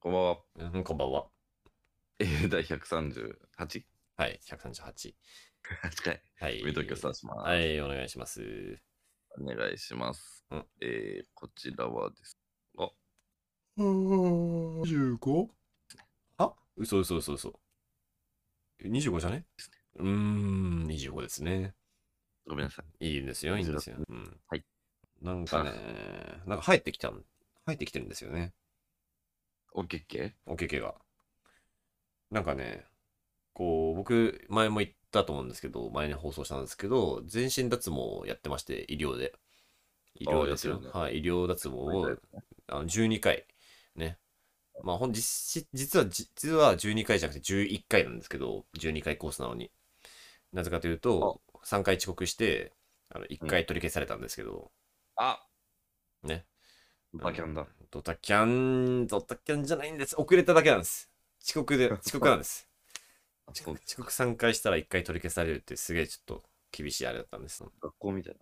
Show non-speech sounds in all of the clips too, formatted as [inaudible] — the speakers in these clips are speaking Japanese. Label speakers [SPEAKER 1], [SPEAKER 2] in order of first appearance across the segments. [SPEAKER 1] こんばんは。
[SPEAKER 2] うん、こんばんは。
[SPEAKER 1] えー、第 138?8
[SPEAKER 2] はい、138。
[SPEAKER 1] 回。
[SPEAKER 2] はい。
[SPEAKER 1] ウェトキをスタートします、
[SPEAKER 2] はい、お願いします。
[SPEAKER 1] お願いします。
[SPEAKER 2] うん
[SPEAKER 1] えー、こちらはです。
[SPEAKER 2] うん、25? あ嘘嘘嘘嘘。え25じゃねうーん、25ですね。
[SPEAKER 1] ごめんなさい。
[SPEAKER 2] いいんですよ、いいんですよ。うん。
[SPEAKER 1] はい。
[SPEAKER 2] なんかね、なんか生えてきたん、生えてきてるんですよね。
[SPEAKER 1] オッケーオッケー
[SPEAKER 2] おけけが。なんかね、こう、僕、前も言ったと思うんですけど、前に放送したんですけど、全身脱毛をやってまして、医療で。医療です
[SPEAKER 1] や
[SPEAKER 2] よ
[SPEAKER 1] ってる。ね
[SPEAKER 2] はい、医療脱毛をあの12回。ね。まあ、ほん、実質、実は、実は12回じゃなくて11回なんですけど、12回コースなのに。なぜかというと、3回遅刻して、あの1回取り消されたんですけど、
[SPEAKER 1] あ
[SPEAKER 2] ね。
[SPEAKER 1] バキャンだ。
[SPEAKER 2] ドタキャン、ドタキャンじゃないんです。遅れただけなんです。遅刻 [laughs] で、遅刻なんです。
[SPEAKER 1] あ
[SPEAKER 2] 遅
[SPEAKER 1] そう
[SPEAKER 2] 刻遅刻3回したら1回取り消されるってすげえちょっと厳しいあれだったんです。も
[SPEAKER 1] 学校みたい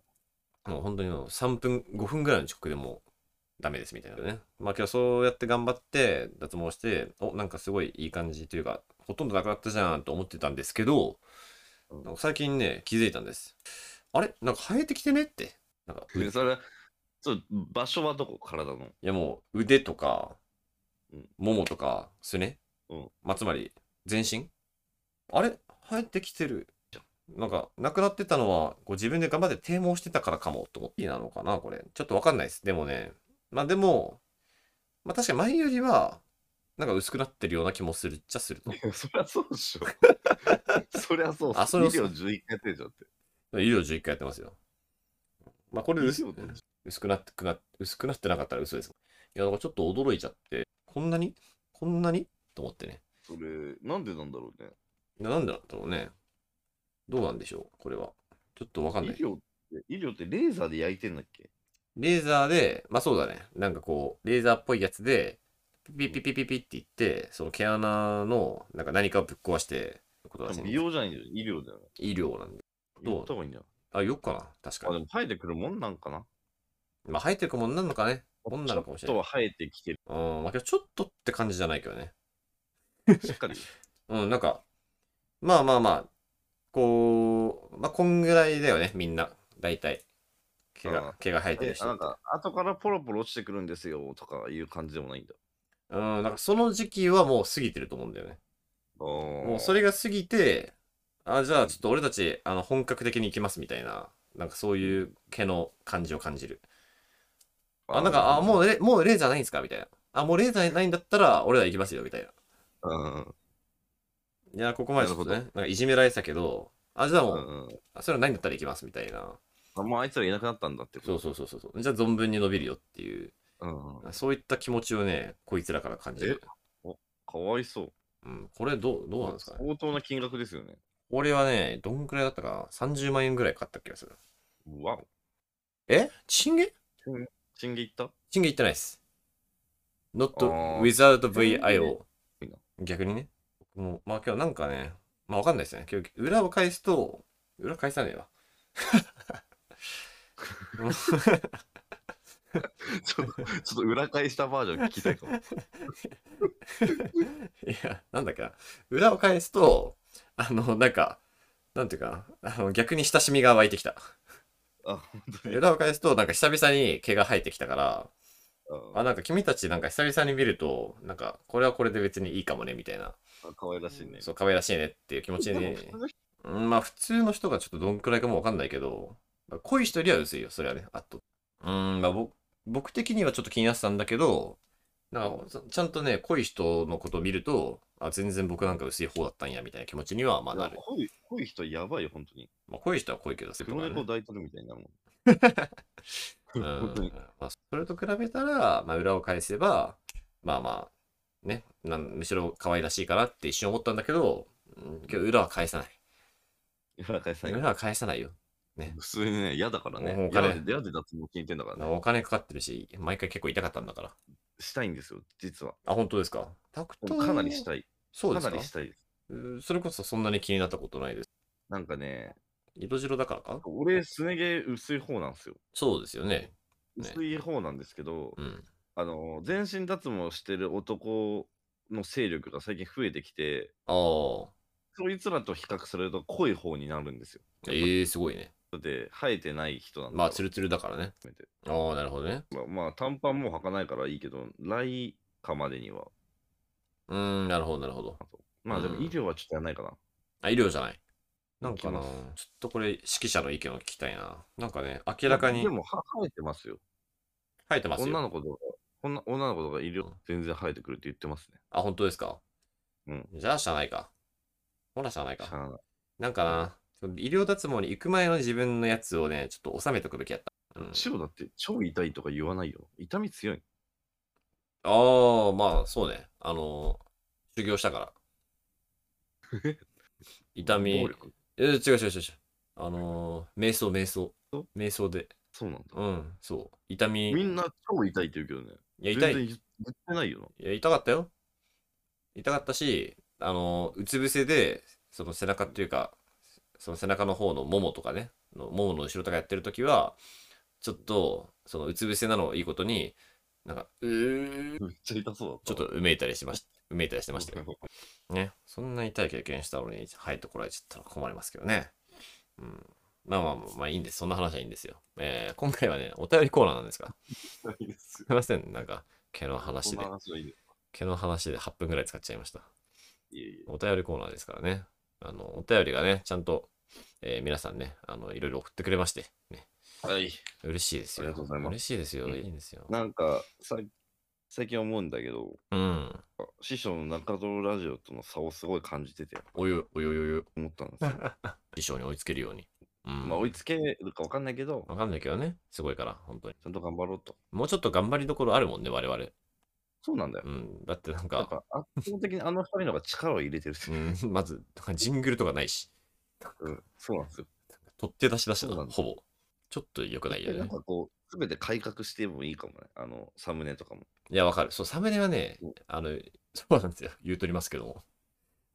[SPEAKER 1] な。
[SPEAKER 2] う本当にもう3分、5分ぐらいの遅刻でもうダメですみたいなね。まあ今日そうやって頑張って脱毛して、お、なんかすごいいい感じというか、ほとんどなくなったじゃんと思ってたんですけど、
[SPEAKER 1] うん
[SPEAKER 2] なんか最近ね、気づいたんです。あれなんか生えてきてねって。なんか、
[SPEAKER 1] でそれは、ちょ場所はどこ体の。
[SPEAKER 2] いやもう腕とか、
[SPEAKER 1] うん
[SPEAKER 2] ももとか、すね、
[SPEAKER 1] うん
[SPEAKER 2] まあ、つまり全身あれ生えてきてるなんか、なくなってたのは、こう自分で頑張って低毛してたからかもと思ってなのかな、これ。ちょっとわかんないです。でもね、まあでも、まあ確かに前よりは、なんか薄くなってるような気もするっちゃすると。
[SPEAKER 1] いやそりゃそうで
[SPEAKER 2] [laughs]
[SPEAKER 1] しょ。そりゃそうっす。
[SPEAKER 2] あそれは
[SPEAKER 1] 医
[SPEAKER 2] そう
[SPEAKER 1] 療11回やってんじゃんって。
[SPEAKER 2] 医療11回やってますよ。まあこれ
[SPEAKER 1] 医
[SPEAKER 2] 薄
[SPEAKER 1] 療って
[SPEAKER 2] 薄くなってくな、薄くなってなかったら嘘です。いや、なんかちょっと驚いちゃって、こんなにこんなにと思ってね。
[SPEAKER 1] それ、なんでなんだろうね。
[SPEAKER 2] ななんでだったろうね。どうなんでしょう、これは。ちょっとわかんない
[SPEAKER 1] 医。療って、医療ってレーザーで焼いてんだっけ
[SPEAKER 2] レーザーで、まあそうだね。なんかこう、レーザーっぽいやつで、ピピピピピピって言って、その毛穴のなんか何かをぶっ壊して、ことらしいね
[SPEAKER 1] 美容じゃないんだよ。医療だよね。
[SPEAKER 2] 医療なんで。どう
[SPEAKER 1] やった方がいいんじゃん。
[SPEAKER 2] あ、よっかな、確
[SPEAKER 1] あ、
[SPEAKER 2] か
[SPEAKER 1] で
[SPEAKER 2] に。
[SPEAKER 1] も生えてくるもんなんかな。
[SPEAKER 2] まあ生えてるかもんなのかね。もんなのかもし
[SPEAKER 1] ち
[SPEAKER 2] れ
[SPEAKER 1] ょっと
[SPEAKER 2] ない。
[SPEAKER 1] は生えてきてる。
[SPEAKER 2] うん、まあけどちょっとって感じじゃないけどね。
[SPEAKER 1] しっか
[SPEAKER 2] [laughs]
[SPEAKER 1] り。
[SPEAKER 2] うん、なんか、まあまあまあ、こう、まあこんぐらいだよね、みんな。大体。毛
[SPEAKER 1] うん
[SPEAKER 2] が、毛が生えてる
[SPEAKER 1] え
[SPEAKER 2] 人
[SPEAKER 1] あ
[SPEAKER 2] って。
[SPEAKER 1] なんか、後からポロポロ落ちてくるんですよとかいう感じでもないんだ。
[SPEAKER 2] うん、なんかその時期はもう過ぎてると思うんだよね。も
[SPEAKER 1] も
[SPEAKER 2] うそれが過ぎて、あ、じゃあちょっと俺たち、あの、本格的に行きますみたいな、なんかそういう毛の感じを感じる。あ、なんか、あ、も
[SPEAKER 1] う
[SPEAKER 2] うレ、もうレーザーないんですかみたいな。あ、もうレーザーないんだったら、俺ら行きますよ、みたいな。
[SPEAKER 1] ん。
[SPEAKER 2] いや、ここまでちょっとね、
[SPEAKER 1] な
[SPEAKER 2] な
[SPEAKER 1] る
[SPEAKER 2] んかいじめられてたけど、あ、じゃあ
[SPEAKER 1] う
[SPEAKER 2] もう、
[SPEAKER 1] んうん
[SPEAKER 2] あそれはないんだったら行きます、みたいな。
[SPEAKER 1] あもうあいつらいなくなったんだって
[SPEAKER 2] そうそうそうそう。じゃあ存分に伸びるよっていう、
[SPEAKER 1] う。うん、
[SPEAKER 2] そういった気持ちをね、こいつらから感じる。
[SPEAKER 1] かわいそう。
[SPEAKER 2] うん、これどう、どうなんですかね。
[SPEAKER 1] 相当な金額ですよね。
[SPEAKER 2] 俺はね、どんくらいだったかな ?30 万円ぐらい買った気がする。
[SPEAKER 1] うわお。
[SPEAKER 2] えチンゲ
[SPEAKER 1] チンゲ行った [laughs]
[SPEAKER 2] チンゲ行ってないです。not
[SPEAKER 1] あー
[SPEAKER 2] without
[SPEAKER 1] いい
[SPEAKER 2] VIO
[SPEAKER 1] な。
[SPEAKER 2] 逆にね。もう、まあ今日なんかね、まあわかんないですね。今日裏を返すと、裏返さねえわ。 [laughs]
[SPEAKER 1] ちょっと、
[SPEAKER 2] [laughs]
[SPEAKER 1] ちょっと裏返したバージョン聞きたいかも。
[SPEAKER 2] いや、なんだっけな。裏を返すと、あの、なんか、なんていうかな、あの逆に親しみが湧いてきた。
[SPEAKER 1] あ、本当に。
[SPEAKER 2] 裏を返すと、なんか久々に毛が生えてきたから、
[SPEAKER 1] あ
[SPEAKER 2] [laughs] あ、なんか君たちなんか久々に見ると、なんかこれはこれで別にいいかもね、みたいな。
[SPEAKER 1] かわいらしいね。
[SPEAKER 2] そう、可愛らしいねっていう気持ち
[SPEAKER 1] で
[SPEAKER 2] に、
[SPEAKER 1] も普通の人
[SPEAKER 2] うん、まあ普通の人がちょっとどんくらいかもわかんないけど、まあ濃い人よりは薄いよ、それはね、あと。うん、まあ僕僕的にはちょっと気になってたんだけど、なんかちゃんとね、濃い人のことを見ると、あ、全然僕なんか薄い方だったんや、みたいな気持ちにはまあなる。
[SPEAKER 1] 濃い濃い人やばいよ、本当に。
[SPEAKER 2] [laughs] まあ濃い人は濃いけど、それと
[SPEAKER 1] 黒
[SPEAKER 2] かね
[SPEAKER 1] 猫抱いてるみたいになる
[SPEAKER 2] [laughs]
[SPEAKER 1] もん。
[SPEAKER 2] う
[SPEAKER 1] 本当
[SPEAKER 2] ん
[SPEAKER 1] に。
[SPEAKER 2] まあ、それと比べたら、まあ裏を返せば、まあまあ、ね、なんむしろ可愛らしいかなって一瞬思ったんだけど、うん、けど裏は返さない。
[SPEAKER 1] 裏返さない。
[SPEAKER 2] 裏は返さないよ。
[SPEAKER 1] 普通にね、嫌だから
[SPEAKER 2] もう
[SPEAKER 1] ね。
[SPEAKER 2] お
[SPEAKER 1] 嫌
[SPEAKER 2] 金
[SPEAKER 1] で嫌で脱毛聞いてんだからね。
[SPEAKER 2] お金かかってるし、毎回結構痛かったんだから。
[SPEAKER 1] したいんですよ、実は。
[SPEAKER 2] あ、本当ですか。タクト
[SPEAKER 1] かなりした
[SPEAKER 2] い。
[SPEAKER 1] い。
[SPEAKER 2] そう
[SPEAKER 1] か
[SPEAKER 2] です
[SPEAKER 1] な
[SPEAKER 2] か
[SPEAKER 1] りしたいです。
[SPEAKER 2] うんそれこそそんなに気になったことないです。
[SPEAKER 1] なんかね、
[SPEAKER 2] 色白だからか
[SPEAKER 1] 俺、すね毛薄い方なんですよ。
[SPEAKER 2] そうですよね。ね
[SPEAKER 1] 薄い方なんですけど、
[SPEAKER 2] うん。
[SPEAKER 1] あの、全身脱毛してる男の勢力が最近増えてきて、
[SPEAKER 2] ああ。
[SPEAKER 1] そいつらと比較すると濃い方になるんですよ。
[SPEAKER 2] ええすごいね。
[SPEAKER 1] だって生えてない人なんだ
[SPEAKER 2] まあ、
[SPEAKER 1] か
[SPEAKER 2] ツルツルだからね。
[SPEAKER 1] ら含めて
[SPEAKER 2] ああ、なるほどね。
[SPEAKER 1] まあ、まあ、短パンもう履かないからいいけど、来夏までには。
[SPEAKER 2] うーん、なるほど、なるほど。
[SPEAKER 1] まあでも
[SPEAKER 2] うん
[SPEAKER 1] 医療はちょっとやらないかな。
[SPEAKER 2] あ、医療じゃない。なんかな、
[SPEAKER 1] い
[SPEAKER 2] ち
[SPEAKER 1] きま
[SPEAKER 2] ょっとこれ、指揮者の意見を聞きたいな。なんかね、明らかに
[SPEAKER 1] でもは生えてますよ。
[SPEAKER 2] 生えてます
[SPEAKER 1] 女
[SPEAKER 2] よ。
[SPEAKER 1] の子とか、こんな女の子とか医療全然生えてくるって言ってますね。
[SPEAKER 2] あ、本当ですか
[SPEAKER 1] うん。
[SPEAKER 2] じゃあ、しゃあないか。ほら、しゃあない
[SPEAKER 1] し
[SPEAKER 2] か。
[SPEAKER 1] ゃあない
[SPEAKER 2] なんかな、医療脱毛に行く前の自分のやつをね、ちょっと収めとくべきやった。うん、
[SPEAKER 1] 白だって超痛いとか言わないよ。痛み強い。
[SPEAKER 2] ああ、まあ、そうね。あのー、修行したから。
[SPEAKER 1] [laughs]
[SPEAKER 2] 痛み
[SPEAKER 1] 暴、力
[SPEAKER 2] え違う違う違う違う。あのー、瞑想、瞑想
[SPEAKER 1] そう。
[SPEAKER 2] 瞑想で。
[SPEAKER 1] そうなんだ。
[SPEAKER 2] うん、そう。痛み、
[SPEAKER 1] みんな超痛いって言うけどね。
[SPEAKER 2] いや、痛い。
[SPEAKER 1] 全然言ってないよな。
[SPEAKER 2] いや、痛かったよ。痛かったし、あの、うつ伏せで、その背中っていうか、その背中の方のももとかね、のももの後ろとかやってるときは、ちょっと、そのうつ伏せなのをいいことに、なんか、うー
[SPEAKER 1] めっちゃ痛そうだ
[SPEAKER 2] ちょっと
[SPEAKER 1] っ
[SPEAKER 2] うめいたりしました。うめいたりしててましたよ。ね。そんな痛い経験した俺に、はいとこられちゃったら困りますけどね。うん。まあまあまあ、まあいいんです。そんな話はいいんですよ。えー今回はね、お便りコーナーなんですか。すいません。なんか、毛の話
[SPEAKER 1] こん
[SPEAKER 2] で
[SPEAKER 1] な、話はいいです
[SPEAKER 2] 毛の話で8分ぐらい使っちゃいました。
[SPEAKER 1] いえいえ
[SPEAKER 2] お便りコーナーですからね。あの、お便りがね、ちゃんと、えー皆さんね、あの、いろいろ送ってくれまして、ね、
[SPEAKER 1] はい。
[SPEAKER 2] 嬉しいですよ。
[SPEAKER 1] ありがとうございます
[SPEAKER 2] 嬉しいですよ。
[SPEAKER 1] うん
[SPEAKER 2] いいんですよ。
[SPEAKER 1] なんかさ、最近思うんだけど、
[SPEAKER 2] うん。
[SPEAKER 1] 師匠の中園ラジオとの差をすごい感じてて、
[SPEAKER 2] およ、およよよ。
[SPEAKER 1] 思ったんですよ。
[SPEAKER 2] 師匠に追いつけるように。うん。
[SPEAKER 1] まあ、追いつけるかわかんないけど、
[SPEAKER 2] わかんないけどね、すごいから、本当に。
[SPEAKER 1] ちゃんと頑張ろうと。
[SPEAKER 2] もうちょっと頑張りどころあるもんね、我々。
[SPEAKER 1] そうなんだよ
[SPEAKER 2] う。ん。だってなん
[SPEAKER 1] なん
[SPEAKER 2] か、
[SPEAKER 1] か圧倒的にあの二人の方が力を入れてるって
[SPEAKER 2] うん、まず、なんかジングルとかないし、
[SPEAKER 1] うん、
[SPEAKER 2] [laughs]
[SPEAKER 1] そうなんですよ。
[SPEAKER 2] 取って出し出し
[SPEAKER 1] そ
[SPEAKER 2] だ
[SPEAKER 1] うな
[SPEAKER 2] な、
[SPEAKER 1] んだ
[SPEAKER 2] ほぼ。ちょっと良くないよ
[SPEAKER 1] なん
[SPEAKER 2] ね。
[SPEAKER 1] かこう、すべて改革してもいいかもね。あの、サムネとかも。
[SPEAKER 2] いや、わかる。そう、サムネはね
[SPEAKER 1] うん、
[SPEAKER 2] あの、そうなんですよ。言うとりますけども。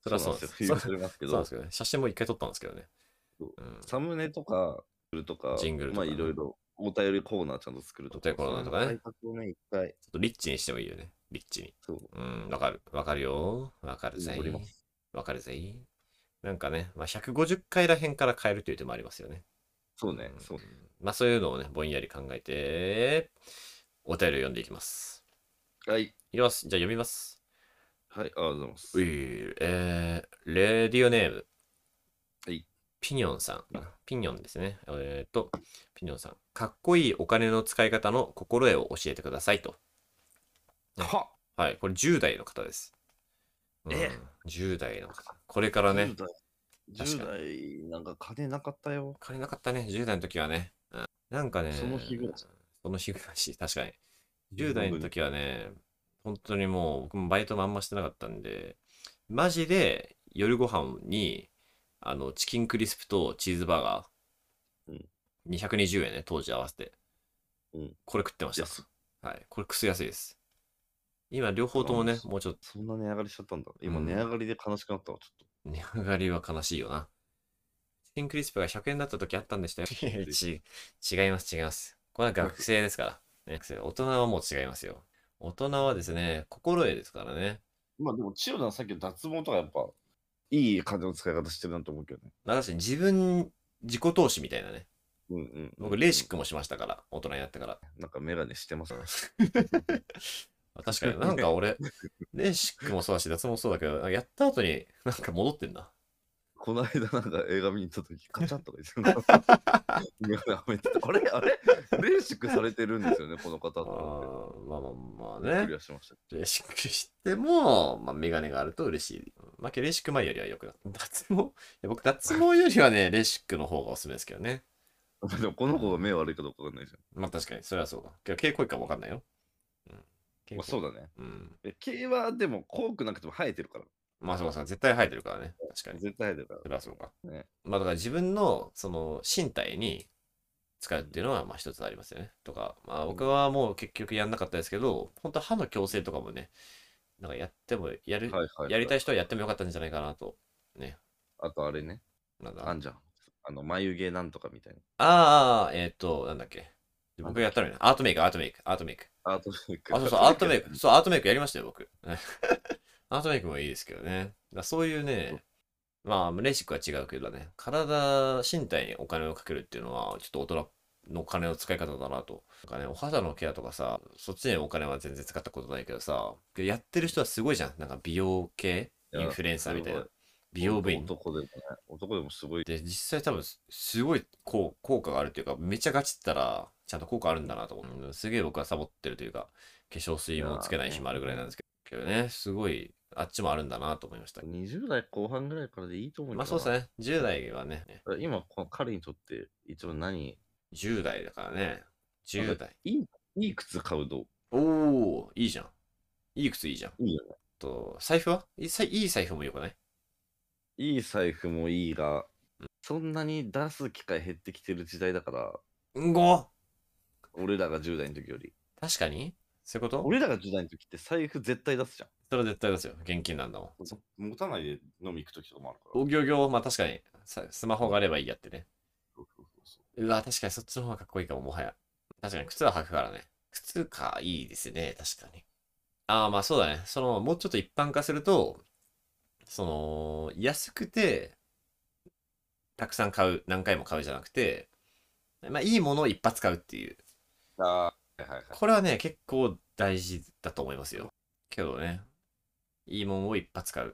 [SPEAKER 2] それはそうなん
[SPEAKER 1] なん
[SPEAKER 2] で
[SPEAKER 1] です
[SPEAKER 2] す
[SPEAKER 1] よ。言われますけ
[SPEAKER 2] そうな
[SPEAKER 1] ど
[SPEAKER 2] んです、よね。写真も一回撮ったんですけどね。
[SPEAKER 1] そう
[SPEAKER 2] うん。
[SPEAKER 1] サムネとか、ジングルとか、
[SPEAKER 2] ジングルとか
[SPEAKER 1] まあ、
[SPEAKER 2] ね
[SPEAKER 1] いろいろ、お便りコーナーちゃんと作るとか、
[SPEAKER 2] お便りコーナーとかね
[SPEAKER 1] そういう改革をね、一回、
[SPEAKER 2] ちょっとリッチにしてもいいよね。リッチに。
[SPEAKER 1] そう、
[SPEAKER 2] うん、わかる。わかるよ。わかるぜ
[SPEAKER 1] 戻りま。す。
[SPEAKER 2] わかるぜ。なんかね、まあ、150回らへんから変えるという手もありますよね。
[SPEAKER 1] そうね、
[SPEAKER 2] うん
[SPEAKER 1] そう。
[SPEAKER 2] まあそういうのをね、ぼんやり考えて、お便りを読んでいきます。
[SPEAKER 1] はい、
[SPEAKER 2] いきます。じゃあ読みます。
[SPEAKER 1] はい、ありがとうございます
[SPEAKER 2] う。いえー、レディオネーム。
[SPEAKER 1] はい。
[SPEAKER 2] ピニョンさん。ピニョンですね。えっ、と、ピニョンさん。かっこいいお金の使い方の心得を教えてくださいと。
[SPEAKER 1] はっ
[SPEAKER 2] はい、これ10代の方です。うん
[SPEAKER 1] え、
[SPEAKER 2] 10代の方。これからね
[SPEAKER 1] 10、代
[SPEAKER 2] 確か
[SPEAKER 1] 10代なんか金なかったよ。
[SPEAKER 2] 金なかったね、10代の時はね。うんなんかね、
[SPEAKER 1] その日暮らし
[SPEAKER 2] その日暮らし、確かに。10代の時はね、本当にもう、僕もバイトもあんましてなかったんで、マジで夜ご飯に、あの、チキンクリスプとチーズバーガー、220円ね、当時合わせて。
[SPEAKER 1] うん
[SPEAKER 2] これ食ってまし。
[SPEAKER 1] 安った
[SPEAKER 2] はい。これくす安いです。今、両方ともね、もうちょっと
[SPEAKER 1] そんな値上がりしちゃったんだ。今、
[SPEAKER 2] うん
[SPEAKER 1] 値上がりで悲しくなったわ、ちょっと。
[SPEAKER 2] 値上がりは悲しいよな。チキンクリスプが100円だった時あったんでしたよ。ち違います、違います。これは学生ですから。ね、学生大人はもう違いますよ。大人はですね、心得ですからね。
[SPEAKER 1] まあでも、千代田のさっきの脱毛とかやっぱ、いい感じの使い方してるなと思うけどね。
[SPEAKER 2] まあ確かに自分、自己投資みたいなね。
[SPEAKER 1] うんうん。
[SPEAKER 2] 僕、レーシックもしましたから、大人になってから。
[SPEAKER 1] なんかメガネしてます [laughs] ね。
[SPEAKER 2] 確かになんか俺、レーシックもそうだし、脱毛もそうだけど、なんかやった後になんか戻ってんな。
[SPEAKER 1] この間なんか映画見に行った時、カチャッとか言ってた。
[SPEAKER 2] [laughs]
[SPEAKER 1] メガネはめて [laughs] あれあれレーシックされてるんですよね、この方と
[SPEAKER 2] あ
[SPEAKER 1] 思っ
[SPEAKER 2] ーまあまあまあ
[SPEAKER 1] て。
[SPEAKER 2] ね
[SPEAKER 1] ク。リアしました。
[SPEAKER 2] レーシックしても、まあ、メガネがあると嬉しい。まあ、けどレーシック前よりは良くなった。脱毛い [laughs] や僕、脱毛よりはね、レーシックの方がおすすめですけどね。
[SPEAKER 1] [laughs] でも、この子が目悪いかどうかわかんないじ
[SPEAKER 2] まあ、確かに、それはそうか。けど、傾向いかもわかんないよ。うん。
[SPEAKER 1] ゃ
[SPEAKER 2] 傾
[SPEAKER 1] ん。まあ、そうだね。
[SPEAKER 2] うん。
[SPEAKER 1] え毛はでも、濃くなくても生えてるから。
[SPEAKER 2] まあ、そうかそうか、絶対生えてるからね。確かに。
[SPEAKER 1] 絶対生えてるから。
[SPEAKER 2] それはそうか。
[SPEAKER 1] ね
[SPEAKER 2] まあ、だから自分の、その、身体に使うっていうのは、まあ、一つありますよね。とか、まあ、僕はもう結局やんなかったですけど、本当歯の矯正とかもね、なんかやっても、やる、
[SPEAKER 1] はいはい、
[SPEAKER 2] やりた
[SPEAKER 1] い。
[SPEAKER 2] い人はやってもよかったんじゃないかなと。ね。
[SPEAKER 1] あとあれね、
[SPEAKER 2] なんだ
[SPEAKER 1] あんじゃん。あの、眉毛なんとかみたい
[SPEAKER 2] ああ、えっ、と、なんだっけ。僕がやったのに、アートメイク、アートメイク、アートメイク。
[SPEAKER 1] な。アートメイク。
[SPEAKER 2] あ、そうそう、アートメイク。そう、アートメイクやりましたよ、僕。 [laughs] アナトミックもいいですけどね。だからそういうね、まあ、レーシックは違うけどね、体、身体にお金をかけるっていうのは、ちょっと大人のお金の使い方だなと。なんかね、お肌のケアとかさ、そっちにお金は全然使ったことないけどさ、けどやってる人はすごいじゃん。なんか美容系インフルエンサーみたい
[SPEAKER 1] す
[SPEAKER 2] な
[SPEAKER 1] ご。
[SPEAKER 2] 美容部員。
[SPEAKER 1] 男でもね、男でもすごい。
[SPEAKER 2] で、実際多分す、すごいこう効果があるというか、めっちゃガチったら、ちゃんと効果あるんだなと思って、うんすげえ僕はサボってるというか、化粧水もつけない日もあるぐらいなんですけどね、すごい、あっちもあるんだなと思いました。
[SPEAKER 1] 20代後半ぐらいからでいいと思うけど
[SPEAKER 2] まあそうです
[SPEAKER 1] ね。
[SPEAKER 2] ね、10代はね、
[SPEAKER 1] 今、この彼にとって、一番何
[SPEAKER 2] 10代だからね、10代。
[SPEAKER 1] いい、いい靴買うと、
[SPEAKER 2] おー、いいじゃん。いい靴いいじゃん。
[SPEAKER 1] いいよね。
[SPEAKER 2] と、財布はいいさいい財布もよくない
[SPEAKER 1] いい財布もいいが、そんなに出す機会減ってきてる時代だから、
[SPEAKER 2] うんご
[SPEAKER 1] 俺らが10代の時より。
[SPEAKER 2] 確かにそういうこと
[SPEAKER 1] 俺らが10代の時って財布絶対出すじゃん。
[SPEAKER 2] それは絶対ですよ。現金なんだもん。
[SPEAKER 1] 持たないで飲み行く時とかもあるか
[SPEAKER 2] お行行、まあ確かに、さスマホがあればいいやってね。
[SPEAKER 1] そうそうそう
[SPEAKER 2] うわ、確かにそっちの方がかっこいいかも、もはや。確かに靴は履くからね。靴か、いいですね、確かに。ああ、まあそうだね。その、もうちょっと一般化すると、その、安くて、たくさん買う、何回も買うじゃなくて、まあいいものを一発買うっていう。
[SPEAKER 1] そうあーはいはいはい。
[SPEAKER 2] これはね、結構大事だと思いますよ。けどね、いいもんを一発買うっ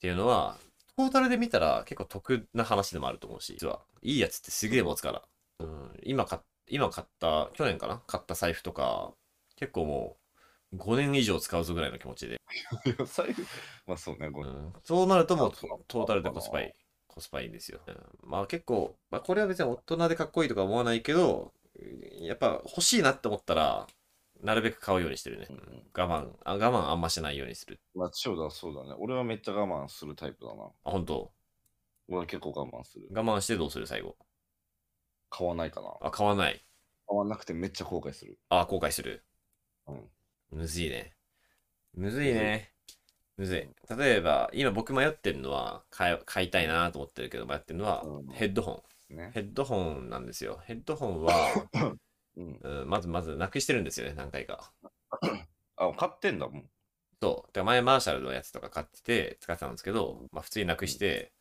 [SPEAKER 2] ていうのは、トータルで見たら結構得な話でもあると思うし、実は、いいやつってすげえ持つから。うん、今買っ今買った、去年かな買った財布とか、結構もう5年以上使うぞぐらいの気持ちで。
[SPEAKER 1] [laughs] 財布、まあそうね、こ
[SPEAKER 2] う
[SPEAKER 1] れ
[SPEAKER 2] ん、そうなるともう
[SPEAKER 1] あそうなの
[SPEAKER 2] トータルでコスパいい。コスパいいんですよ。うん、まあ結構、まあこれは別に大人でかっこいいとか思わないけど、やっぱ欲しいなって思ったら、なるべく買うようにしてるね。
[SPEAKER 1] うん
[SPEAKER 2] 我慢あ、我慢あんましないようにする。
[SPEAKER 1] まあ、千代田はそうだね。俺はめっちゃ我慢するタイプだな。
[SPEAKER 2] あ、本当
[SPEAKER 1] 俺は結構我慢する。
[SPEAKER 2] 我慢してどうする最後。
[SPEAKER 1] 買わないかな。
[SPEAKER 2] あ、買わない。
[SPEAKER 1] 買わなくてめっちゃ後悔する。
[SPEAKER 2] あ、後悔する。
[SPEAKER 1] うん。
[SPEAKER 2] むずいね。むずいね。むずい。例えば、今僕迷ってるのは、買い買いたいなと思ってるけど迷ってるのは
[SPEAKER 1] うん、
[SPEAKER 2] ヘッドホン。
[SPEAKER 1] ね。
[SPEAKER 2] ヘッドホンなんですよ。ヘッドホンは、
[SPEAKER 1] うん。
[SPEAKER 2] うん、まずまずなくしてるんですよね、何回か。
[SPEAKER 1] あ、買ってんだもん。
[SPEAKER 2] そう。で前、マーシャルのやつとか買ってて、使ってたんですけど、まあ、普通になくして、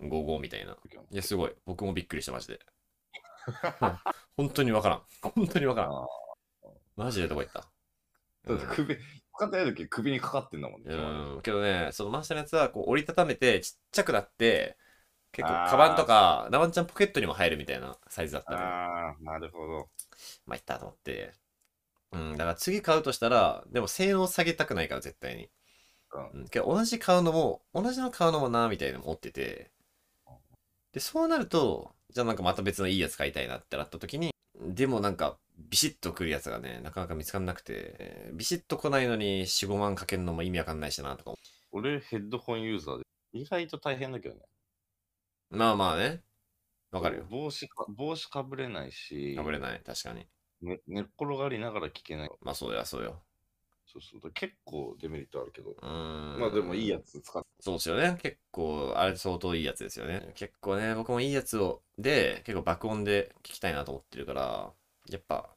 [SPEAKER 2] 55みたいな。いや、すごい。僕もびっくりした、マ
[SPEAKER 1] [laughs]
[SPEAKER 2] ジで。うん本当にわからん。本当にわからん。
[SPEAKER 1] あ
[SPEAKER 2] マジでどこ行った
[SPEAKER 1] だって首、使ってない時首にかかってんだもんね。
[SPEAKER 2] うん、けどね、そのマーシャルのやつは、こう、折りたためて、ちっちゃくなって、結
[SPEAKER 1] あ
[SPEAKER 2] 構、
[SPEAKER 1] ー
[SPEAKER 2] カバンとか、ナワンちゃんポケットにも入るみたいなサイズだったのよ。
[SPEAKER 1] ああ、なるほど。
[SPEAKER 2] まあ、いったと思って。うん、だから次買うとしたら、でも性能を下げたくないから、絶対に。うん、けど同じ買うのも、同じの買うのもな、みたいなの持ってて。で、そうなると、じゃあなんかまた別のいいやつ買いたいなってなった時に、でもなんか、ビシッとくるやつがね、なかなか見つからなくて、えービシッと来ないのに4、5万かけるのも意味わかんないしな、とか思
[SPEAKER 1] 俺、ヘッドホンユーザーで。意外と大変だけどね。
[SPEAKER 2] う。まあまあね。わかるよ。
[SPEAKER 1] 帽子か、帽子かぶれないし、
[SPEAKER 2] かぶれない。確かに。
[SPEAKER 1] ね寝っ転がりながら聞けない。
[SPEAKER 2] まあそうや、そうよ。
[SPEAKER 1] そうそう。だ結構デメリットあるけど。
[SPEAKER 2] うーん。
[SPEAKER 1] まあでもいいやつ使っ
[SPEAKER 2] そうですよね。結構、あれ相当いいやつですよね。結構ね、僕もいいやつを、で、結構爆音で聞きたいなと思ってるから、やっぱ、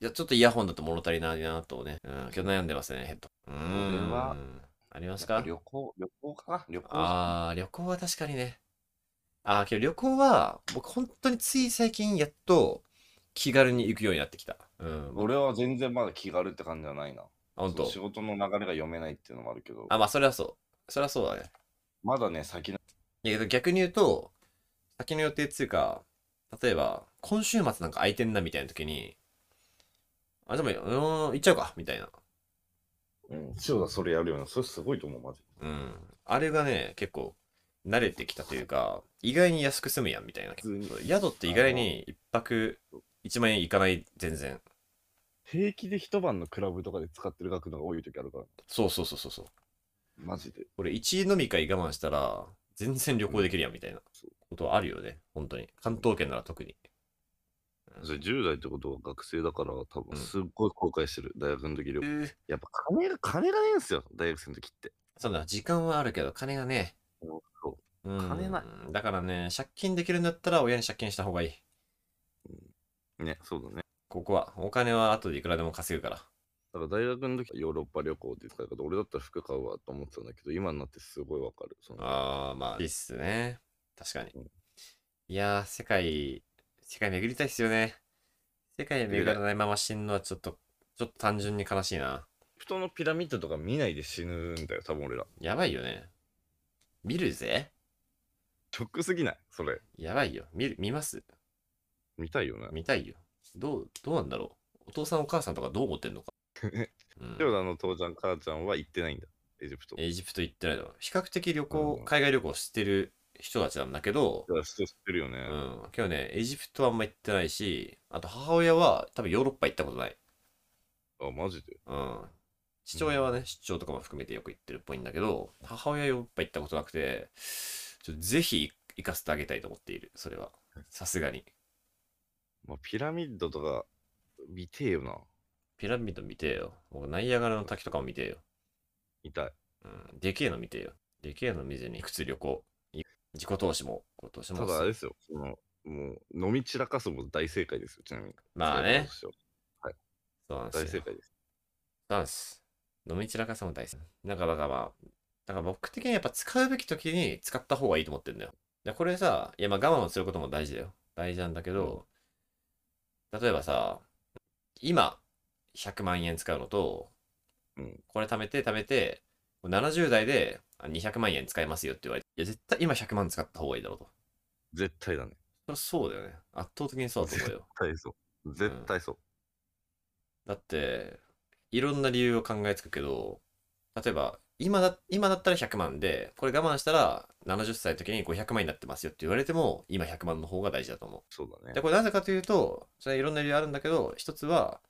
[SPEAKER 2] いや、ちょっとイヤホンだと物足りないなとね、うん、今日悩んでますね、ヘッド。うー
[SPEAKER 1] これは
[SPEAKER 2] ん。ありますか
[SPEAKER 1] 旅行、旅行かな旅行
[SPEAKER 2] あー、旅行は確かにね。あー、けど旅行は、僕本当につい最近やっと気軽に行くようになってきた。うん。
[SPEAKER 1] 俺は全然まだ気軽って感じじゃないな。
[SPEAKER 2] あ本当
[SPEAKER 1] そう仕。事の流れが読めないっていうのもあるけど、
[SPEAKER 2] あ、まあ、それはそう。それはそうだね。
[SPEAKER 1] まだね、先の。
[SPEAKER 2] いやけど逆に言うと、先の予定っていうか、例えば、今週末なんか空いてんなみたいな時に、あ、でも、うーん、行っちゃうか、みたいな。
[SPEAKER 1] うん、千代田それやるよな。それすごいと思う、マジ
[SPEAKER 2] うん。あれがね、結構、慣れてきたというか、意外に安く済むやん、みたいな。
[SPEAKER 1] 普通に
[SPEAKER 2] そう宿って意外に一泊1万円いかない、全然。
[SPEAKER 1] 平気で一晩のクラブとかで使ってる額のが多い時あるから、
[SPEAKER 2] そうそうそうそうそう。
[SPEAKER 1] マジで。
[SPEAKER 2] 俺、1飲み会我慢したら、全然旅行できるやん、みたいな
[SPEAKER 1] そう
[SPEAKER 2] ことあるよね、本当に。関東圏なら特に。
[SPEAKER 1] それ10代ってことは学生だから、多
[SPEAKER 2] うん
[SPEAKER 1] 分すっごい後悔してる、大学の時
[SPEAKER 2] え
[SPEAKER 1] 旅行。やっぱ金が、金がねえんすよ、大学生の時って。
[SPEAKER 2] そうだ、時間はあるけど、金がね、
[SPEAKER 1] そう
[SPEAKER 2] うん
[SPEAKER 1] 金ない
[SPEAKER 2] だからね、借金できるんだったら親に借金した方がいい。
[SPEAKER 1] ね、そうだね。
[SPEAKER 2] ここは、お金は後でいくらでも稼ぐから。
[SPEAKER 1] だから大学の時ヨーロッパ旅行って使い方、俺だったら服買うわと思ってたんだけど、今になってすごいわかる。その
[SPEAKER 2] ああ、まあ、いいっすね。確かに
[SPEAKER 1] うん。
[SPEAKER 2] いやー、世界、世界巡りたいっすよね。世界巡らないまま死ぬのはちょっと、ちょっと単純に悲しいな。
[SPEAKER 1] 人のピラミッドとか見ないで死ぬんだよ、多分俺ら。
[SPEAKER 2] やばいよね。見るぜ。
[SPEAKER 1] ショックすぎないそれ。
[SPEAKER 2] やばいよ。見る、見ます。
[SPEAKER 1] 見たいよね。
[SPEAKER 2] 見たいよ。どう、どうなんだろう。お父さんお母さんとかどう思ってんの
[SPEAKER 1] [laughs]
[SPEAKER 2] か。うん
[SPEAKER 1] 今日のあの父ちゃん、母ちゃんは行ってないんだ。エジプト。
[SPEAKER 2] エジプト行ってないだろ。比較的旅行
[SPEAKER 1] う、ん
[SPEAKER 2] 海外旅行してる人たちなんだけど、
[SPEAKER 1] いや知ってるよね。
[SPEAKER 2] うん、今日ね、エジプトはあんま行ってないし、あと母親は多分ヨーロッパ行ったことない。
[SPEAKER 1] あ、マジで。
[SPEAKER 2] うん。父親はね、出張とかも含めてよく行ってるっぽいんだけど、母親ヨーロッパ行ったことなくて、ちょっとぜひ行かせてあげたいと思っている、それは。さすがに。
[SPEAKER 1] まあ、ピラミッドとか見てえよな。
[SPEAKER 2] ピラミッド見てえよ。僕、ナイアガラの滝とかも見てえよ。
[SPEAKER 1] 見たい。
[SPEAKER 2] うん、でけえの見てえよ。でけえの見ずに、いくつ旅行、い自己投資も、自己投資
[SPEAKER 1] た
[SPEAKER 2] も
[SPEAKER 1] だあれですよ。そのもう飲み散らかすも大正解ですよ、ちなみに。
[SPEAKER 2] まあね、
[SPEAKER 1] そう
[SPEAKER 2] そうなんです
[SPEAKER 1] 大正
[SPEAKER 2] よ
[SPEAKER 1] 解です。
[SPEAKER 2] ダンス。飲み散らかすのも大事。なんか、だからまあ、だから僕的にやっぱ使うべき時に使った方がいいと思ってんだよ。でこれさ、いやまあ我慢をすることも大事だよ。大事なんだけど、例えばさ、今、100万円使うのと、
[SPEAKER 1] うん
[SPEAKER 2] これ貯めて貯めて、70代であ200万円使いますよって言われて、いや絶対今100万使った方がいいだろうと。
[SPEAKER 1] 絶対だね。
[SPEAKER 2] そりゃそうだよね。圧倒的にそうだと思うよ。
[SPEAKER 1] 絶対そう。絶対そう。
[SPEAKER 2] だっていろんな理由を考えつくけど例えば今だ今だったら100万でこれ我慢したら70歳の時に500万になってますよって言われても今100万の方が大事だと思
[SPEAKER 1] そうだ
[SPEAKER 2] う。
[SPEAKER 1] ね
[SPEAKER 2] で。これなぜかというとそれはいろんな理由あるんだけど一つは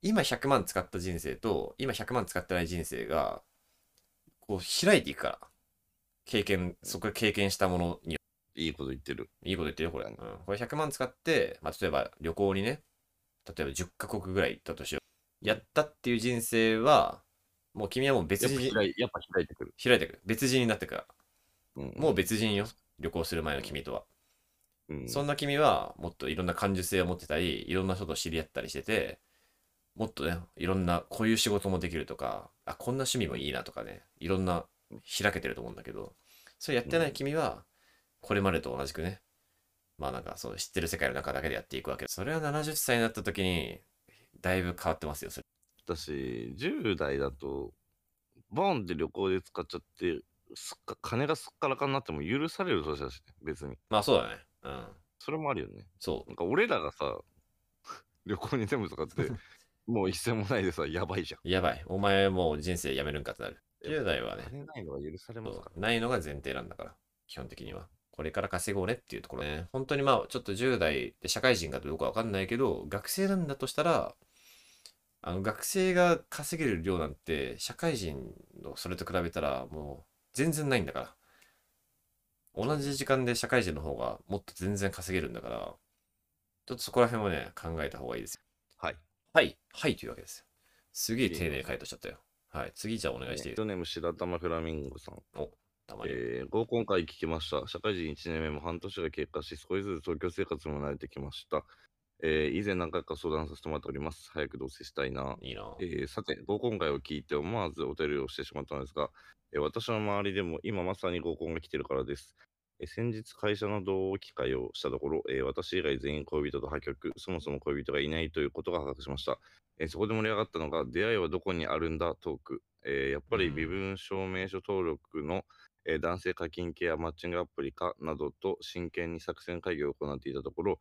[SPEAKER 2] 今100万使った人生と今100万使ってない人生がこう開いていくから経験そこで経験したものに
[SPEAKER 1] いいこと言ってる。
[SPEAKER 2] いいこと言ってるよ、これ。う
[SPEAKER 1] うん
[SPEAKER 2] ん、これ100万使って、まあ、例えば旅行にね、例えば10カ国ぐらい行ったとしよう。やったっていう人生は、もう君はもう別
[SPEAKER 1] やっぱ
[SPEAKER 2] 人、
[SPEAKER 1] 開いやっぱ開いてくる。
[SPEAKER 2] 開いてくる。別人になってくから。
[SPEAKER 1] うん、
[SPEAKER 2] もう別人よ。旅行する前の君とは。
[SPEAKER 1] うん、
[SPEAKER 2] そんな君は、もっといろんな感受性を持ってたり、いろんな人と知り合ったりしてて、もっとね、いろんな、こういう仕事もできるとか、あ、こんな趣味もいいなとかね、いろんな、開けてると思うんだけど、それやってない君は、これまでと同じくね、まあなんか、そう、知ってる世界の中だけでやっていくわけそれは70歳になった時に、だいぶ変わってますよ、それ。
[SPEAKER 1] だし、10代だと、ボンって旅行で使っちゃって、すっか金がすっからかになっても許される年だし、ね、別に。
[SPEAKER 2] まあそうだね。うん。
[SPEAKER 1] それもあるよね。
[SPEAKER 2] そ
[SPEAKER 1] なんか俺らがさ、旅行に全部使って、もう一銭もないでさ、やばいじゃん。
[SPEAKER 2] う。やばい。お前もう人生やめるんかってなる。10代はね、
[SPEAKER 1] 金ないのは許されますか
[SPEAKER 2] そうないのが前提なんだから、基本的には。これから稼ごうねっていうところね。本当にまあ、ちょっと10代で社会人かどうかわかんないけど、学生なんだとしたら、あの学生が稼げる量なんて、社会人のそれと比べたら、もう全然ないんだから。同じ時間で社会人の方がもっと全然稼げるんだから、ちょっとそこら辺はね、考えた方がいいですよ。
[SPEAKER 1] ら。はい。
[SPEAKER 2] はい、はいというわけですよ。すげえ丁寧に回答しちゃったよ。はい、次じゃあお願いして
[SPEAKER 1] えっ
[SPEAKER 2] いいた
[SPEAKER 1] とね、白玉フラミンゴさん。
[SPEAKER 2] まに。
[SPEAKER 1] えー、合コン会聞きました。社会人1年目も半年が経過し、少しずつ東京生活も慣れてきました。えー以前何回か相談させてもらっております。早く同棲したいな。
[SPEAKER 2] いいな。
[SPEAKER 1] えーさて、合コン会を聞いて思わずお便りをしてしまったのですが、えー私の周りでも今まさに合コンが来てるからです。えー先日会社の同期会をしたところ、えー私以外全員恋人と破局、そもそも恋人がいないということが発覚しました。えーそこで盛り上がったのが、出会いはどこにあるんだトーク。えーやっぱり
[SPEAKER 2] うん
[SPEAKER 1] 身分証明書登録の、えー男性課金系やマッチングアプリかなどと真剣に作戦会議を行っていたところ、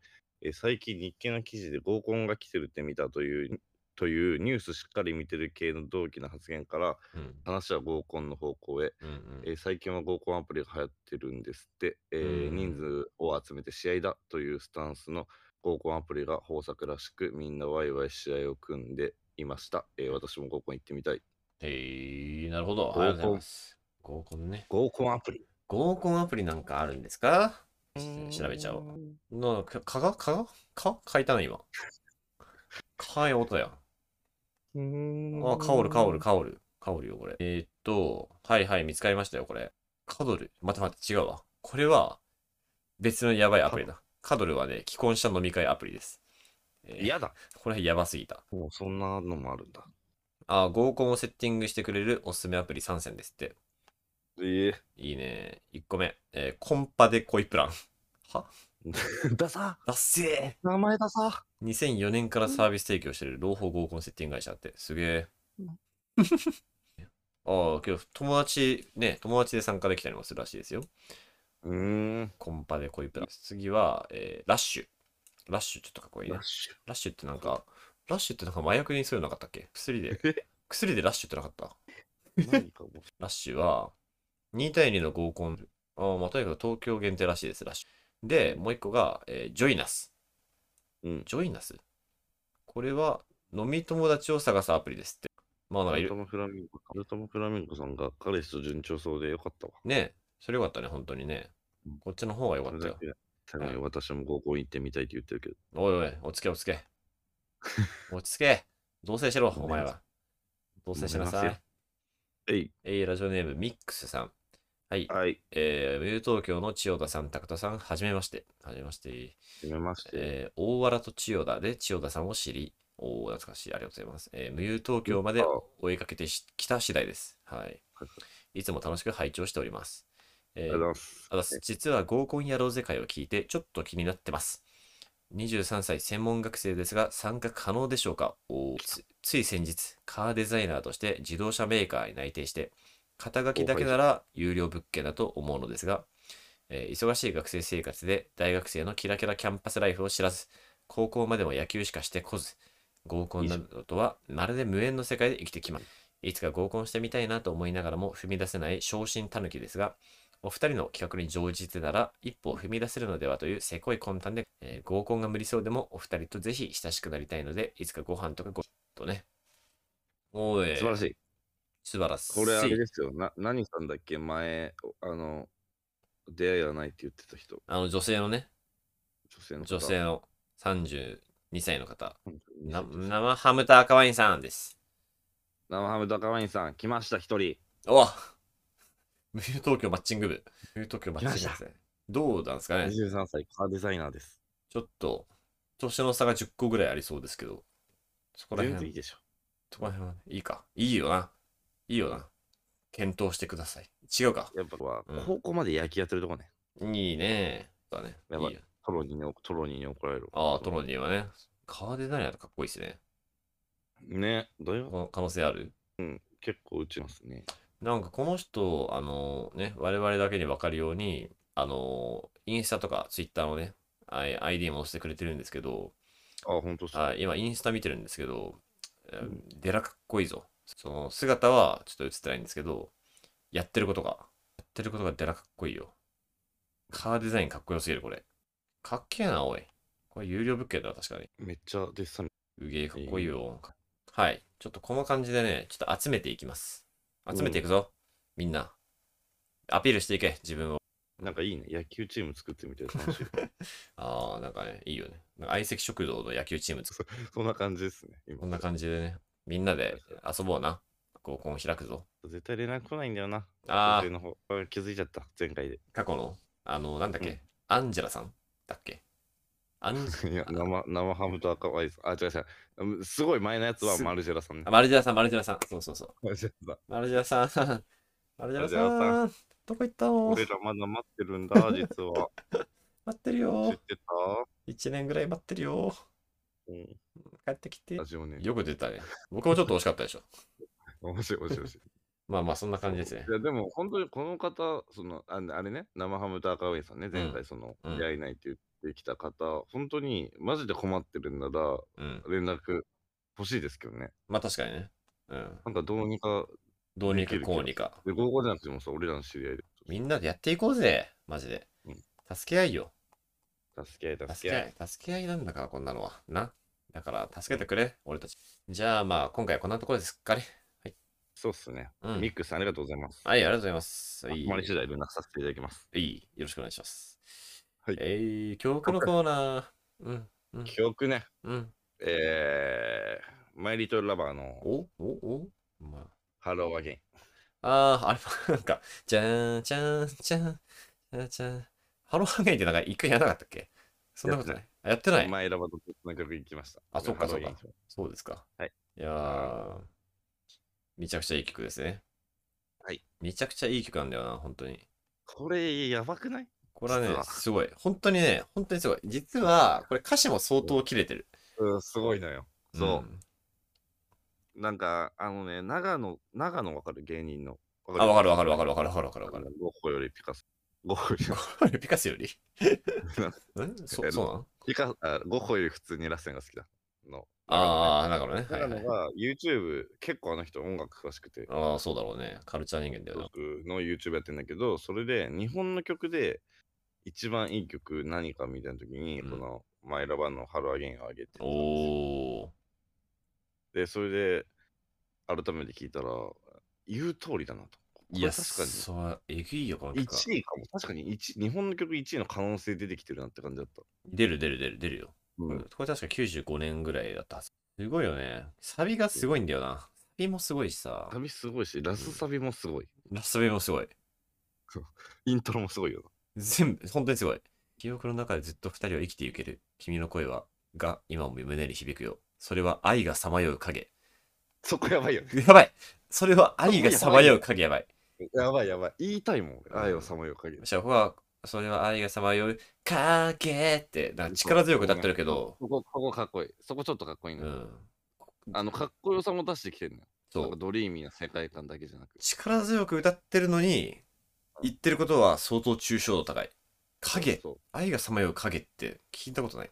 [SPEAKER 1] えー最近日経の記事で合コンが来てるって見たというというニュースしっかり見てる系の同期の発言から
[SPEAKER 2] うん
[SPEAKER 1] 話は合コンの方向へ、
[SPEAKER 2] うんうん
[SPEAKER 1] えー最近は合コンアプリが流行ってるんですって、えー
[SPEAKER 2] うん
[SPEAKER 1] 人数を集めて試合だというスタンスの合コンアプリが豊作らしくみんなワイワイ試合を組んでいました、えー私も合コン行ってみたい
[SPEAKER 2] へえなるほど。
[SPEAKER 1] 合コン
[SPEAKER 2] ありがとうございます。合コンね。
[SPEAKER 1] 合コンアプリ
[SPEAKER 2] 合コンアプリなんかあるんですか調べちゃおう。な、かかがかがか書いたの今。かい音や。あ、カオル、カオル、カオル。カオルよ、これ。えーっと、はいはい、見つかりましたよ、これ。カドル。待って待って、違うわ。これは、別のやばいアプリだ。カドルはね、既婚者飲み会アプリです。えー
[SPEAKER 1] 嫌だ。
[SPEAKER 2] これやばすぎた。
[SPEAKER 1] もうそんなのもあるんだ。
[SPEAKER 2] あー、合コンをセッティングしてくれるおすすめアプリ3選ですって。
[SPEAKER 1] ええ
[SPEAKER 2] いいね。1個目、えーコンパで恋プラン。は [laughs]
[SPEAKER 1] ださ
[SPEAKER 2] だっせ
[SPEAKER 1] 名前ださ
[SPEAKER 2] ー !2004 年からサービス提供してる朗報合コンセッティング会社って、すげえ
[SPEAKER 1] うん。
[SPEAKER 2] [laughs] ああ、けど友達、ね、友達で参加できたりもするらしいですよ。
[SPEAKER 1] うーん。
[SPEAKER 2] コンパで恋プラン。次は、えーラッシュ。ラッシュちょっとかっこいいね
[SPEAKER 1] ラッ。シュ
[SPEAKER 2] ラッシュってなんか、ラッシュってなんか麻薬にそういうのなかったっけ薬で
[SPEAKER 1] え。
[SPEAKER 2] 薬でラッシュってなかった
[SPEAKER 1] 何かもう
[SPEAKER 2] ラッシュは、2対2の合コン。ああ、まあ、とにかく東京限定らしいです、ラッシュ。で、もう一個が、えージョイナス。
[SPEAKER 1] うん
[SPEAKER 2] ジョイナスこれは、飲み友達を探すアプリですって。 [laughs] まあ、なんかい
[SPEAKER 1] カルト。マ
[SPEAKER 2] る
[SPEAKER 1] フラミンコカルトマフラミンコさんが彼氏と順調そうでよかったわ。
[SPEAKER 2] ねそれよかったね、本当にね
[SPEAKER 1] うん。
[SPEAKER 2] こっちの方がよか
[SPEAKER 1] そ
[SPEAKER 2] っ
[SPEAKER 1] れ
[SPEAKER 2] た
[SPEAKER 1] だ
[SPEAKER 2] よ。
[SPEAKER 1] け最後に私も合コン行ってみたいって言ってるけど。
[SPEAKER 2] おいおい、落ち着け落
[SPEAKER 1] [laughs]
[SPEAKER 2] ち着け。落ち着け。同棲しろ、お前は。同棲しな
[SPEAKER 1] 飲
[SPEAKER 2] さ
[SPEAKER 1] めます
[SPEAKER 2] い
[SPEAKER 1] よ。えい、
[SPEAKER 2] えーラジオネームミックスさん。はい。
[SPEAKER 1] はい、
[SPEAKER 2] えー、ウェル東京の千代田さん、拓田さん、はじめまして。はじめまして。
[SPEAKER 1] 決めまして。
[SPEAKER 2] えー大原と千代田で千代田さんを知り、おー、懐かしい。ありがとうございます。えー、無友東京まで追いかけてしきた次第です。はい。
[SPEAKER 1] はい
[SPEAKER 2] いつも楽しく拝聴しております。
[SPEAKER 1] あ
[SPEAKER 2] え
[SPEAKER 1] りがとうございま
[SPEAKER 2] ー
[SPEAKER 1] す。
[SPEAKER 2] あざっす実は合コンやろうぜ会を聞いて、ちょっと気になってます。23歳専門学生ですが、参加可能でしょうかおーつつい先日、カーデザイナーとして自動車メーカーに内定して、肩書きだけなら有料物件だと思うのですが、えー忙しい学生生活で大学生のキラキラキャンパスライフを知らず、高校までも野球しかしてこず、合コンなどとはまるで無縁の世界で生きてきます。いつか合コンしてみたいなと思いながらも踏み出せない昇進たぬきですが、お二人の企画に乗じてなら一歩を踏み出せるのではというせこい魂胆で、えー合コンが無理そうでもお二人とぜひ親しくなりたいので、いつかご飯とかごとね。おい、
[SPEAKER 1] 素晴ら
[SPEAKER 2] しい。
[SPEAKER 1] しい。
[SPEAKER 2] 素晴らしい。
[SPEAKER 1] これあれですよ。な何さんだっけ前、あの、出会いはないって言ってた人。
[SPEAKER 2] あの女性のね、
[SPEAKER 1] 女性の方。
[SPEAKER 2] 女性の32歳の方。
[SPEAKER 1] うん。
[SPEAKER 2] な生ハムと赤ワインさんです。
[SPEAKER 1] 生ハムダカワインさん、来ました、一人。
[SPEAKER 2] お無友東京マッチング部。無友東京マッチング部
[SPEAKER 1] 来ま
[SPEAKER 2] で
[SPEAKER 1] し
[SPEAKER 2] すね。どうなんですかね
[SPEAKER 1] 23歳、カーデザイナーです。
[SPEAKER 2] ちょっと、年の差が10個ぐらいありそうですけど、そこら
[SPEAKER 1] 全然いい
[SPEAKER 2] 辺、
[SPEAKER 1] でしょ。
[SPEAKER 2] そこら辺はねいいか。いいよな。いいよな。検討してください。違うか。
[SPEAKER 1] やっぱは
[SPEAKER 2] うん、
[SPEAKER 1] 高校まで野球やってるとこね。
[SPEAKER 2] いいね。だね。い
[SPEAKER 1] や
[SPEAKER 2] い
[SPEAKER 1] ばい
[SPEAKER 2] よ。
[SPEAKER 1] トロニーにトロニーに怒られる。
[SPEAKER 2] ああ、トロニーはね。カーデザイナーとかっこいいですね。
[SPEAKER 1] ね、だいぶ
[SPEAKER 2] この可能性ある
[SPEAKER 1] 結構打ちますね。
[SPEAKER 2] なんかこの人、あのね、我々だけに分かるように、あのインスタとかツイッターのね、あい ID も押してくれてるんですけど、
[SPEAKER 1] あ、本当そう。
[SPEAKER 2] あ今インスタ見てるんですけど、えー
[SPEAKER 1] うん
[SPEAKER 2] デラかっこいいぞ。その姿はちょっと映ってないんですけど、やってることが、やってることがデラかっこいいよ。カーデザインかっこよすぎる、これ。かっけえな、おい。これ有料物件だわ、確かに。
[SPEAKER 1] めっちゃデッサン。
[SPEAKER 2] うげえかっこいいよ。はい。ちょっとこの感じでね、ちょっと集めていきます。集めていくぞ、みんな。アピールしていけ、自分を。
[SPEAKER 1] なんかいいね。野球チーム作ってみて楽
[SPEAKER 2] [laughs]
[SPEAKER 1] しい。
[SPEAKER 2] ああ、なんかね、いいよね。なんか相席食堂の野球チーム作る。
[SPEAKER 1] そんな感じですね。今
[SPEAKER 2] こんな感じでね、みんなで遊ぼうな。合コン開くぞ。
[SPEAKER 1] 絶対連絡来ないんだよな。
[SPEAKER 2] あ
[SPEAKER 1] 女性の方あ気づいちゃった、前回
[SPEAKER 2] [laughs]
[SPEAKER 1] で。
[SPEAKER 2] あ、過去の、あの、なんだっけ、
[SPEAKER 1] うん
[SPEAKER 2] アンジェラさんだっけアン
[SPEAKER 1] [laughs] いや生生ハムと赤ワイン。あ、違う違ううん。すごい前のやつは
[SPEAKER 2] す
[SPEAKER 1] マルジェラさんね
[SPEAKER 2] あ。マルジェラさん、マルジェラさん。そうそうそう。
[SPEAKER 1] マルジェラさん
[SPEAKER 2] マルジェラさん。 [laughs] マルジェラさん。
[SPEAKER 1] マルジェ
[SPEAKER 2] どこ行ったの
[SPEAKER 1] 俺らまだ待ってるん
[SPEAKER 2] [laughs]
[SPEAKER 1] だ、実は。
[SPEAKER 2] 待ってる
[SPEAKER 1] 知っ
[SPEAKER 2] よ。
[SPEAKER 1] てた
[SPEAKER 2] 1年ぐらい待ってるよ。
[SPEAKER 1] うん。
[SPEAKER 2] 帰ってきて
[SPEAKER 1] ラ。ジオね。
[SPEAKER 2] よく出たね。僕もちょっと惜しかったでしょ。 [laughs]
[SPEAKER 1] 面白い、面白い面白い。
[SPEAKER 2] まあまあ、そんな感じですね
[SPEAKER 1] い。やでも本当にこの方、そのああれね、生ハムと赤ワインさんね、前回その、
[SPEAKER 2] うん
[SPEAKER 1] 出会いないって言ってきた方、本当にマジで困ってるんなら、
[SPEAKER 2] うん。
[SPEAKER 1] 連絡欲しいですけどね。
[SPEAKER 2] まあ確かにね。うん。
[SPEAKER 1] なんかどうにか、
[SPEAKER 2] どうに
[SPEAKER 1] でき
[SPEAKER 2] か
[SPEAKER 1] る
[SPEAKER 2] こうにか。
[SPEAKER 1] で合コンじゃなくてもさ、俺らの知り合いで。
[SPEAKER 2] みんなでやっていこうぜ。マジで
[SPEAKER 1] うん。
[SPEAKER 2] 助け合いよ。
[SPEAKER 1] 助け合い、
[SPEAKER 2] 助
[SPEAKER 1] 助
[SPEAKER 2] け
[SPEAKER 1] け合い。
[SPEAKER 2] 合い。助け合いなんだから、こんなのは。な。だから、助けてくれ、俺たち。じゃあまあ、今回はこんなところですっかね。
[SPEAKER 1] そうっすね。
[SPEAKER 2] うん。はい
[SPEAKER 1] ミックスさんありがとうございます。、
[SPEAKER 2] ありがとうございます。
[SPEAKER 1] あ
[SPEAKER 2] いい。
[SPEAKER 1] まり次第連絡させていただきます。
[SPEAKER 2] いい。よろしくお願いします。
[SPEAKER 1] はい
[SPEAKER 2] えー、教育のコーナー。うん。うん。
[SPEAKER 1] 記憶ね、
[SPEAKER 2] うん。
[SPEAKER 1] えー、マイリトルラバーの
[SPEAKER 2] おおおまあ。
[SPEAKER 1] ハローアゲイン。
[SPEAKER 2] ああ、あれ [laughs] もなんか、じゃーん、じゃーん、じゃーん、じゃーん、じゃーん。ハローハンゲインってなんか一回やらなかったっけそんなことない。やってない。
[SPEAKER 1] 前ラバと別の曲行きました。
[SPEAKER 2] あそっかそっか
[SPEAKER 1] ハロウィン
[SPEAKER 2] そうですか。
[SPEAKER 1] はい。
[SPEAKER 2] いやー、めちゃくちゃいい曲ですね。
[SPEAKER 1] はい。
[SPEAKER 2] めちゃくちゃいい曲なんだよな、本当に。
[SPEAKER 1] これ、やばくない
[SPEAKER 2] これはね
[SPEAKER 1] 実は、
[SPEAKER 2] すごい。本当にね、本当にすごい。実は、これ歌詞も相当切れてる。
[SPEAKER 1] うん、すごいのよ。そ
[SPEAKER 2] ん
[SPEAKER 1] う。なんか、あのね、長野、長野わかる芸人の。わ
[SPEAKER 2] あ、わかるわかるわかるわかるわかるわかるわかる。
[SPEAKER 1] ゴッホよりピカソ。ゴッホより
[SPEAKER 2] これピカ
[SPEAKER 1] [laughs]
[SPEAKER 2] ソよりんそそうなの
[SPEAKER 1] ピカあゴッホより普通にラッセンが好きだ。の。
[SPEAKER 2] ああ、だからね。はい
[SPEAKER 1] 長
[SPEAKER 2] は
[SPEAKER 1] 野
[SPEAKER 2] い、
[SPEAKER 1] が YouTube、結構あの人音楽詳しくて、
[SPEAKER 2] ああ、そうだろうね。カルチャー人間だよな。
[SPEAKER 1] 僕の YouTube やってんだけど、それで日本の曲で一番いい曲何かみたいな時に、
[SPEAKER 2] うん
[SPEAKER 1] このマイラバのハロアゲインをあげてたんですよ
[SPEAKER 2] おー。
[SPEAKER 1] で、それで改めて聞いたら、言う通りだなと。こ
[SPEAKER 2] い
[SPEAKER 1] れ
[SPEAKER 2] や、
[SPEAKER 1] 確かに
[SPEAKER 2] それえぐいよ、この曲は。
[SPEAKER 1] 1位かも。確かに一日本の曲1位の可能性出てきてるなって感じだった。
[SPEAKER 2] 出る出る出る出るよ。
[SPEAKER 1] う
[SPEAKER 2] これ
[SPEAKER 1] ん、
[SPEAKER 2] 確か95年ぐらいだったはず。すごいよね。サビがすごいんだよな。サビもすごいしさ
[SPEAKER 1] サ、ビすごいし、ラスサビもすごい。
[SPEAKER 2] ラストビもすごい。
[SPEAKER 1] イントロもすごいよ
[SPEAKER 2] 全部、本当にすごい。記憶の中でずっと二人は生きてゆける。君の声は、が今も胸に響くよ。それは愛がさまよう影。
[SPEAKER 1] な。そこやばいよね。
[SPEAKER 2] やばいそれは愛がさまよう影やばい。
[SPEAKER 1] やばいやばい。言いたいもん。俺
[SPEAKER 2] うん
[SPEAKER 1] 愛をさまよう限り
[SPEAKER 2] そ。したら僕は、それは愛がさまよう影って、なんか力強く歌ってるけど、
[SPEAKER 1] そこ、そこかっこいい。そこちょっとかっこいいね。
[SPEAKER 2] うん。
[SPEAKER 1] あの、かっこよさも出してきてるのよ。
[SPEAKER 2] そ
[SPEAKER 1] なん
[SPEAKER 2] う
[SPEAKER 1] か。ドリーミーな世界観だけじゃなく。
[SPEAKER 2] 力強く歌ってるのに、言ってることは相当抽象度高い。
[SPEAKER 1] そ
[SPEAKER 2] 影
[SPEAKER 1] うそ
[SPEAKER 2] 愛がさまよう影って聞いたことない。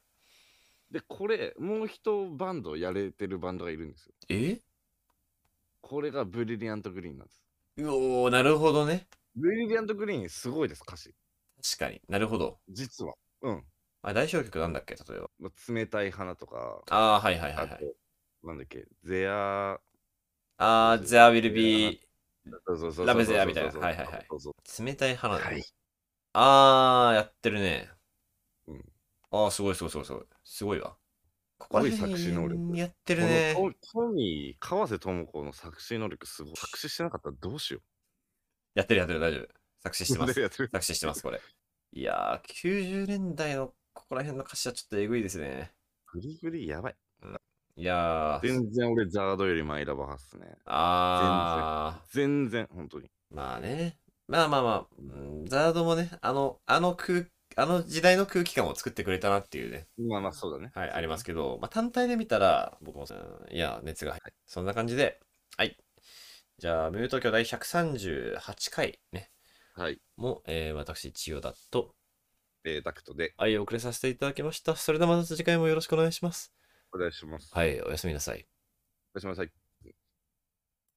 [SPEAKER 1] うで、これ、もう一バンドやれてるバンドがいるんですよ。
[SPEAKER 2] え
[SPEAKER 1] これがブリリアントグリーンなんです。
[SPEAKER 2] うおー、なるほどね。
[SPEAKER 1] ブリリアントグリーンすごいです、歌詞。
[SPEAKER 2] 確かになるほど。
[SPEAKER 1] 実は。うん。
[SPEAKER 2] あ、代表曲なんだっけ例えば。
[SPEAKER 1] まあ冷たい花とか、
[SPEAKER 2] ああ、はいはいは
[SPEAKER 1] あ
[SPEAKER 2] い、はい。
[SPEAKER 1] と、なんだっけ、ゼア
[SPEAKER 2] ああ、There will be
[SPEAKER 1] そうそうそうそうそうそうそう
[SPEAKER 2] ラブゼアみたいなはいはいはい
[SPEAKER 1] そうそう
[SPEAKER 2] 冷たい花だ、
[SPEAKER 1] はい
[SPEAKER 2] ああ、やってるね。
[SPEAKER 1] うん
[SPEAKER 2] ああ、すごいすごいすごいすごい。すごいわ。こ
[SPEAKER 1] ごい作詞能力
[SPEAKER 2] こら辺やってる
[SPEAKER 1] こ
[SPEAKER 2] ね
[SPEAKER 1] の。トトミー、川瀬智子の作詞能力すごい。作詞してなかったらどうしよ
[SPEAKER 2] やってるやってる、大丈夫。作詞
[SPEAKER 1] う。
[SPEAKER 2] し
[SPEAKER 1] [laughs]
[SPEAKER 2] てます。
[SPEAKER 1] やってる
[SPEAKER 2] 作詞してます、これ。いやー、90年代のここら辺の歌詞はちょっとえぐいですね。
[SPEAKER 1] グリグリやばい。
[SPEAKER 2] いやー、
[SPEAKER 1] 全然俺、ザードよりマイラバ派っすね。
[SPEAKER 2] あ
[SPEAKER 1] 全然、本当に。
[SPEAKER 2] ー、まあね。まあまあまあ、うんザードもね、あの、あの空、あの時代の空気感を作ってくれたなっていうね、
[SPEAKER 1] まあまあ、そうだね。
[SPEAKER 2] はい、ありますけど、まあ、単体で見たら、僕も、うんいや、熱が入る。そんな感じで、はい。じゃあ、ミュート京第138回ね、
[SPEAKER 1] はい。
[SPEAKER 2] も、えー、私、千代田と
[SPEAKER 1] えー、ダクトで
[SPEAKER 2] 愛を遅れさせていただきました。それではまた次回もよろしくお願いします。
[SPEAKER 1] お願いします。
[SPEAKER 2] はい、おやすみなさい。
[SPEAKER 1] お願いします。はい